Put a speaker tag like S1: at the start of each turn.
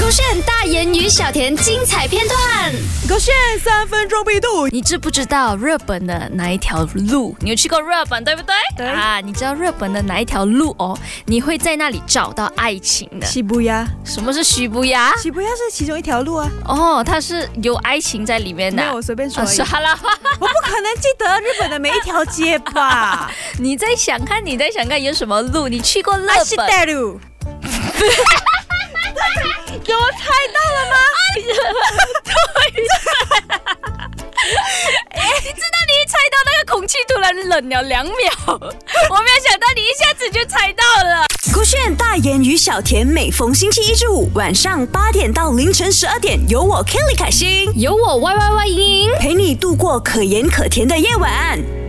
S1: 勾选大言与小田精彩片段。
S2: 勾选三分钟必度，
S1: 你知不知道日本的哪一条路？你有去过日本对不对？
S2: 对
S1: 啊，你知道日本的哪一条路哦？你会在那里找到爱情的。
S2: 西布亚，
S1: 什么是须布呀？
S2: 西布亚是其中一条路啊，
S1: 哦，它是有爱情在里面的
S2: 没。有我随便说
S1: 啊，
S2: 而已
S1: 是，哈拉话。
S2: 我不可能记得日本的每一条街 吧？
S1: 你在想看？你在想看有什么路？你去过日
S2: 爱是
S1: 本？
S2: 带路，给我猜到了吗？
S1: 哎你知道你一猜到那个空气突然冷了两秒，我没有想到你一下子就猜到了。
S3: 酷炫大言与小田每逢星期一至五晚上八点到凌晨十二点，有我 Kelly 凯欣
S1: 有我 Y Y Y 莹莹。
S3: 陪你度过可盐可甜的夜晚。